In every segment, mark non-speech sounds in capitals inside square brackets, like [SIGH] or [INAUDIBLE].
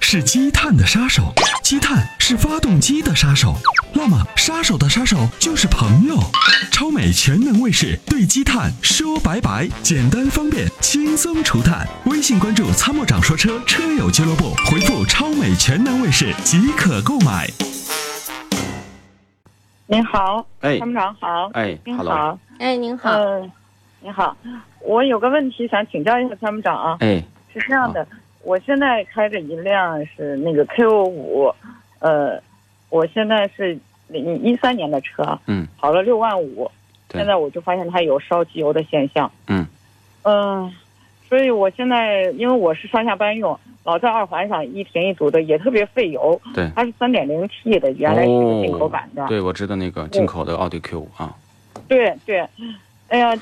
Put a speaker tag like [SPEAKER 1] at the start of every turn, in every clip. [SPEAKER 1] 是积碳的杀手，积碳是发动机的杀手。那么，杀手的杀手就是朋友。超美全能卫士对积碳说拜拜，简单方便，轻松除碳。微信关注“参谋长说车”车友俱乐部，回复“超美全能卫士”即可购买。
[SPEAKER 2] 您好，
[SPEAKER 3] 哎
[SPEAKER 2] 参谋长好，
[SPEAKER 3] 哎
[SPEAKER 2] 您
[SPEAKER 3] ，hello，
[SPEAKER 2] 好，
[SPEAKER 4] 哎，您好，
[SPEAKER 2] 嗯，您好，我有个问题想请教一下参谋长啊，
[SPEAKER 3] 哎，
[SPEAKER 2] 是这样的，我现在开着一辆是那个 Q 五，呃，我现在是零一三年的车，
[SPEAKER 3] 嗯，
[SPEAKER 2] 跑了六万五，
[SPEAKER 3] 对
[SPEAKER 2] 现在我就发现它有烧机油的现象，
[SPEAKER 3] 嗯，
[SPEAKER 2] 嗯、所以我现在因为我是上下班用，老在二环上一停一堵的，也特别费油，
[SPEAKER 3] 对
[SPEAKER 2] 它是三点零 T 的，原来是个进口版的，
[SPEAKER 3] 哦对，我知道那个进口的奥迪 Q 五啊，
[SPEAKER 2] 对对，哎
[SPEAKER 3] [LAUGHS]
[SPEAKER 2] 呀，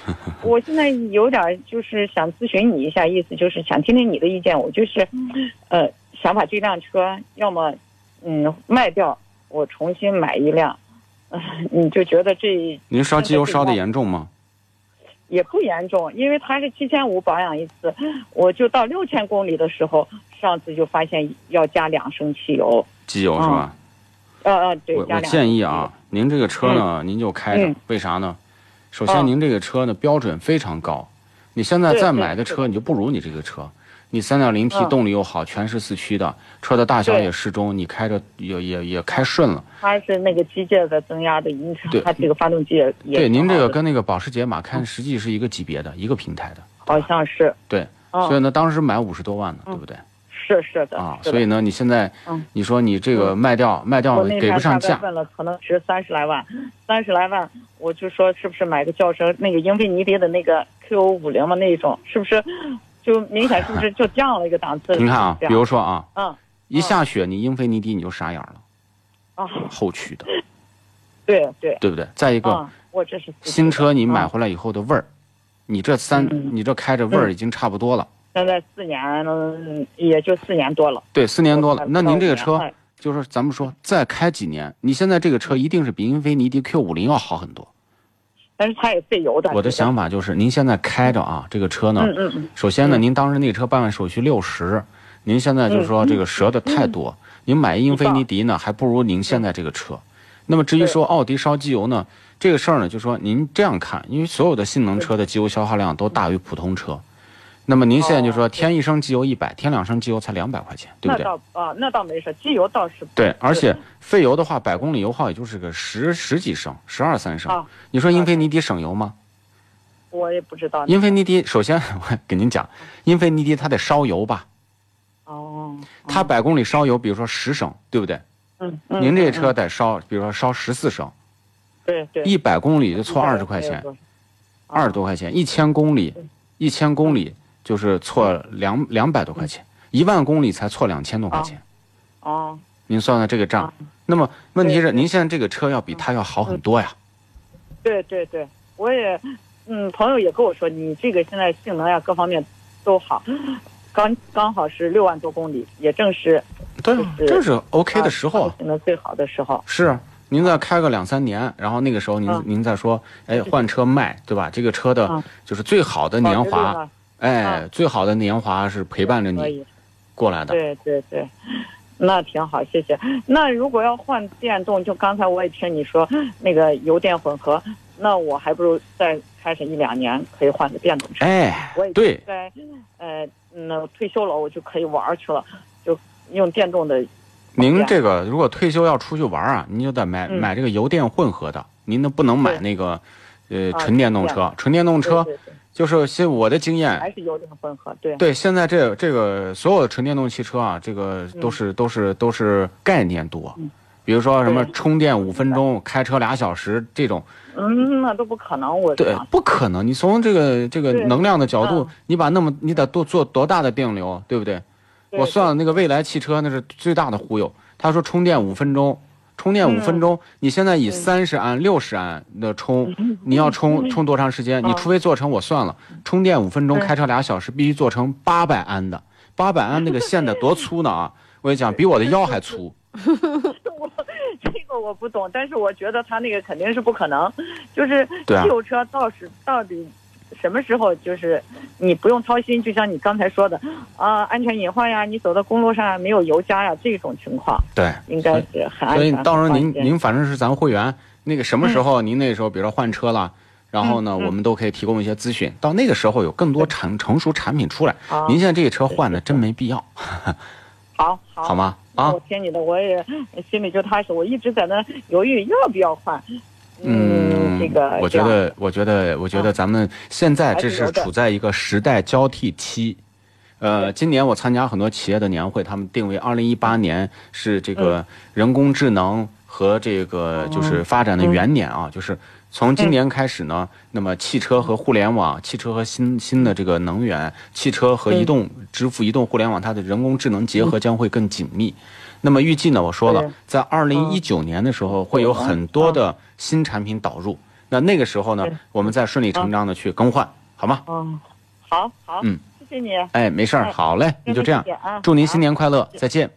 [SPEAKER 2] 我现在有点儿就是想咨询你一下，意思就是想听听你的意见。我就是，
[SPEAKER 3] 嗯
[SPEAKER 2] 呃，想把这辆车要么嗯卖掉，我重新买一辆。 [LAUGHS] 呃你就觉得这
[SPEAKER 3] 您烧机油烧的严重吗？
[SPEAKER 2] 也不严重，因为它是七千五保养一次，我就到六千公里的时候，上次就发现要加两升汽油。
[SPEAKER 3] 机油是吧？
[SPEAKER 2] 呃呃，嗯对
[SPEAKER 3] 我，
[SPEAKER 2] 加
[SPEAKER 3] 我
[SPEAKER 2] 两
[SPEAKER 3] 建议啊，您这个车呢，您就开着
[SPEAKER 2] 嗯，
[SPEAKER 3] 为啥呢？首
[SPEAKER 2] 哦
[SPEAKER 3] 先，您这个车呢标准非常高，你现在
[SPEAKER 2] 对
[SPEAKER 3] 再
[SPEAKER 2] 对
[SPEAKER 3] 买的
[SPEAKER 2] 是
[SPEAKER 3] 车，你就不如你这个车。你三点零 T
[SPEAKER 2] 嗯
[SPEAKER 3] 动力又好，全是四驱的，车的大小
[SPEAKER 2] 对
[SPEAKER 3] 也适中，你开着也也也开顺了。
[SPEAKER 2] 它是那个机械的增压的引擎
[SPEAKER 3] 对，
[SPEAKER 2] 它这个发动机也也
[SPEAKER 3] 对，您这
[SPEAKER 2] 好
[SPEAKER 3] 个
[SPEAKER 2] 的嗯
[SPEAKER 3] 跟那个保时捷、马看实际是一个级别的，一个平台的。
[SPEAKER 2] 好像是，
[SPEAKER 3] 对，
[SPEAKER 2] 嗯
[SPEAKER 3] 所以呢，当时买五十多万呢，对不对？
[SPEAKER 2] 是是的
[SPEAKER 3] 啊，
[SPEAKER 2] 是的
[SPEAKER 3] 所以呢，你现在
[SPEAKER 2] 嗯
[SPEAKER 3] 你说你这个卖掉卖掉
[SPEAKER 2] 我那
[SPEAKER 3] 给
[SPEAKER 2] 天
[SPEAKER 3] 不
[SPEAKER 2] 大
[SPEAKER 3] 上
[SPEAKER 2] 概
[SPEAKER 3] 价，
[SPEAKER 2] 问了，可能值三十来万，三十来万，我就说是不是买个轿车，那个英菲尼迪的那个 Q 五零嘛那一种，是不是就明显是不是就降了一个档
[SPEAKER 3] [LAUGHS]
[SPEAKER 2] 次？
[SPEAKER 3] 您看啊，
[SPEAKER 2] 这
[SPEAKER 3] 比
[SPEAKER 2] 样
[SPEAKER 3] 如说啊，
[SPEAKER 2] 嗯
[SPEAKER 3] 一下雪你英菲尼迪你就傻眼了，
[SPEAKER 2] 啊，
[SPEAKER 3] 后驱的，
[SPEAKER 2] 对对，
[SPEAKER 3] 对不对？再一个
[SPEAKER 2] 啊，我这是自己的
[SPEAKER 3] 新车你买
[SPEAKER 2] 啊
[SPEAKER 3] 回来以后的味儿，你这三
[SPEAKER 2] 嗯
[SPEAKER 3] 你这开着味儿已经差不多了，
[SPEAKER 2] 现在四年，嗯也就四年多了，
[SPEAKER 3] 对，四年多了。那您这个车
[SPEAKER 2] 哎
[SPEAKER 3] 就是咱们说再开几年，你现在这个
[SPEAKER 2] 嗯
[SPEAKER 3] 车一定是比英菲尼迪 Q 五零要好很多。
[SPEAKER 2] 但是它也费油的。
[SPEAKER 3] 我的
[SPEAKER 2] 这个
[SPEAKER 3] 想法就是，您现在开着啊，这个车呢，
[SPEAKER 2] 嗯嗯嗯，嗯
[SPEAKER 3] 首先呢，您当时那个车办完手续六十，您现在就是说这个折的太多，您买一英菲尼迪呢，还不如您现在这个车。那么至于说奥迪烧机油呢，这个事儿呢，就说您这样看，因为所有的性能车的机油消耗量都大于普通车。那么您现在就说
[SPEAKER 2] 哦
[SPEAKER 3] 添一升机油一百，添两升机油才两百块钱，对
[SPEAKER 2] 那
[SPEAKER 3] 不对？
[SPEAKER 2] 倒啊，那倒没事，机油倒是
[SPEAKER 3] 对，而且费油的话，百公里油耗也就是个十十几升、十二三升
[SPEAKER 2] 啊。
[SPEAKER 3] 你说英菲尼迪省油吗？
[SPEAKER 2] 我也不知道。
[SPEAKER 3] 英菲尼迪首先 [LAUGHS] 我给您讲，英菲尼迪它得烧油吧，
[SPEAKER 2] 哦，
[SPEAKER 3] 它百公里烧油，比如说十升，对不对？
[SPEAKER 2] 嗯嗯，
[SPEAKER 3] 您这
[SPEAKER 2] 嗯
[SPEAKER 3] 车得烧，比如说烧十四升，
[SPEAKER 2] 对对，
[SPEAKER 3] 一百公里就错二十块钱，二十多块钱，一千公里，一千公里就是错两两百多块钱，一万公里才错两千多块钱。
[SPEAKER 2] 哦，
[SPEAKER 3] 您算算这个账。那么问题
[SPEAKER 2] 对嗯
[SPEAKER 3] 是，
[SPEAKER 2] 对
[SPEAKER 3] 您现在这个车要比它要好很多呀。
[SPEAKER 2] 对对对，我也，嗯，朋友也跟我说，你这个现在性能呀各方面都好，刚刚好是六万多公里，也正是
[SPEAKER 3] 对
[SPEAKER 2] 啊
[SPEAKER 3] 这是 OK 的
[SPEAKER 2] 啊
[SPEAKER 3] 时候
[SPEAKER 2] 它
[SPEAKER 3] 啊。
[SPEAKER 2] 性能最好的时候。
[SPEAKER 3] 是，啊您再开个两三年，然后那个时候您
[SPEAKER 2] 啊
[SPEAKER 3] 您再说，哎，换车卖，对吧？这个车的
[SPEAKER 2] 啊
[SPEAKER 3] 就是最好的年
[SPEAKER 2] 保值率
[SPEAKER 3] 华
[SPEAKER 2] 呢，
[SPEAKER 3] 哎
[SPEAKER 2] 啊，
[SPEAKER 3] 最好的年华是陪伴着
[SPEAKER 2] 可
[SPEAKER 3] 你
[SPEAKER 2] 以，
[SPEAKER 3] 过来的。
[SPEAKER 2] 对对对，那挺好，谢谢。那如果要换电动，就刚才我也听你说那个油电混合，那我还不如再开上一两年，可以换个电动车。
[SPEAKER 3] 哎
[SPEAKER 2] 我也，
[SPEAKER 3] 对，
[SPEAKER 2] 在呃那退休了，我就可以玩儿去了，就用电动的。
[SPEAKER 3] 您这个如果退休要出去玩啊，您就得买
[SPEAKER 2] 嗯
[SPEAKER 3] 买这个油电混合的，您那不能买
[SPEAKER 2] 对
[SPEAKER 3] 那个，呃，
[SPEAKER 2] 啊
[SPEAKER 3] 纯电动
[SPEAKER 2] 这
[SPEAKER 3] 车。纯电动车
[SPEAKER 2] 对对对
[SPEAKER 3] 就是现我的经验，
[SPEAKER 2] 还是油电混合，对
[SPEAKER 3] 对，现在这这个所有的纯电动汽车啊，这个
[SPEAKER 2] 嗯
[SPEAKER 3] 都是、都是都是概念多，比如说什么
[SPEAKER 2] 对
[SPEAKER 3] 充电五分钟，开车俩小时这种，
[SPEAKER 2] 嗯，那都不可能，我
[SPEAKER 3] 对
[SPEAKER 2] 想， [LAUGHS]
[SPEAKER 3] 不可能。你从这个这个
[SPEAKER 2] 对
[SPEAKER 3] 能量的角度
[SPEAKER 2] 嗯，
[SPEAKER 3] 你把那么你得多做多大的电流，对不对？
[SPEAKER 2] 对
[SPEAKER 3] 我算了，那个未来汽车那是最大的忽悠。他说充电五分钟，充电五分
[SPEAKER 2] 嗯
[SPEAKER 3] 钟，你现在以三十安、六十安的
[SPEAKER 2] [LAUGHS]
[SPEAKER 3] 充，你要充充多长
[SPEAKER 2] 嗯
[SPEAKER 3] 时间？你除非做成我算了，充电五分钟，开车俩小时，必须做成八百安的。八百安那个线得多粗呢啊！我跟你讲，比我的腰还
[SPEAKER 2] [LAUGHS]
[SPEAKER 3] 粗。
[SPEAKER 2] 这个我不懂，但是我觉得他那个肯定是不可能，就是
[SPEAKER 3] 对啊
[SPEAKER 2] 汽油车到是到底什么时候就是你不用操心，就像你刚才说的啊、安全隐患呀，你走到公路上啊没有油加呀这种情况，
[SPEAKER 3] 对，
[SPEAKER 2] 应该是很安全。
[SPEAKER 3] 所以到时候
[SPEAKER 2] 很
[SPEAKER 3] 您
[SPEAKER 2] 放心
[SPEAKER 3] 您反正是咱会员，那个什
[SPEAKER 2] 嗯
[SPEAKER 3] 么时候您那时候比如说换车了，然后呢，我们都可以提供一些咨询。到那个时候有更多产成熟产品出来，
[SPEAKER 2] 好
[SPEAKER 3] 您现在这个车换的真没必要，
[SPEAKER 2] 好好
[SPEAKER 3] 好？吗？啊
[SPEAKER 2] 哦我，听你的，我也心里就踏实。我一直在那犹豫要不要换，嗯这个
[SPEAKER 3] 嗯我
[SPEAKER 2] 这
[SPEAKER 3] 觉
[SPEAKER 2] 样啊
[SPEAKER 3] 得，我觉得，我觉得咱们现在这是处在一个时代交替期。呃，今年我参加很多企业的年会，他们定为二零一八年是
[SPEAKER 2] 嗯
[SPEAKER 3] 这个人工智能和这个就是
[SPEAKER 2] 哦嗯
[SPEAKER 3] 发展的元年啊，就是从今年开始呢，那么汽车和互联网、汽车和新新的这个能源、汽车和
[SPEAKER 2] 嗯
[SPEAKER 3] 移动支付、移动互联网，它的人工智能结合将会更紧密。那么预计呢，我说了
[SPEAKER 2] 对，
[SPEAKER 3] 在二
[SPEAKER 2] 嗯
[SPEAKER 3] 零一九年的时候会有很多的新产品导入，那那个时候呢
[SPEAKER 2] 对，
[SPEAKER 3] 我们再顺理成章的去更换，好吗？
[SPEAKER 2] 嗯，好好，
[SPEAKER 3] 嗯，
[SPEAKER 2] 谢谢你，
[SPEAKER 3] 哎，没事儿，
[SPEAKER 2] 哎
[SPEAKER 3] 好嘞，那就这样
[SPEAKER 2] 谢谢啊，
[SPEAKER 3] 祝您新年快乐，再见，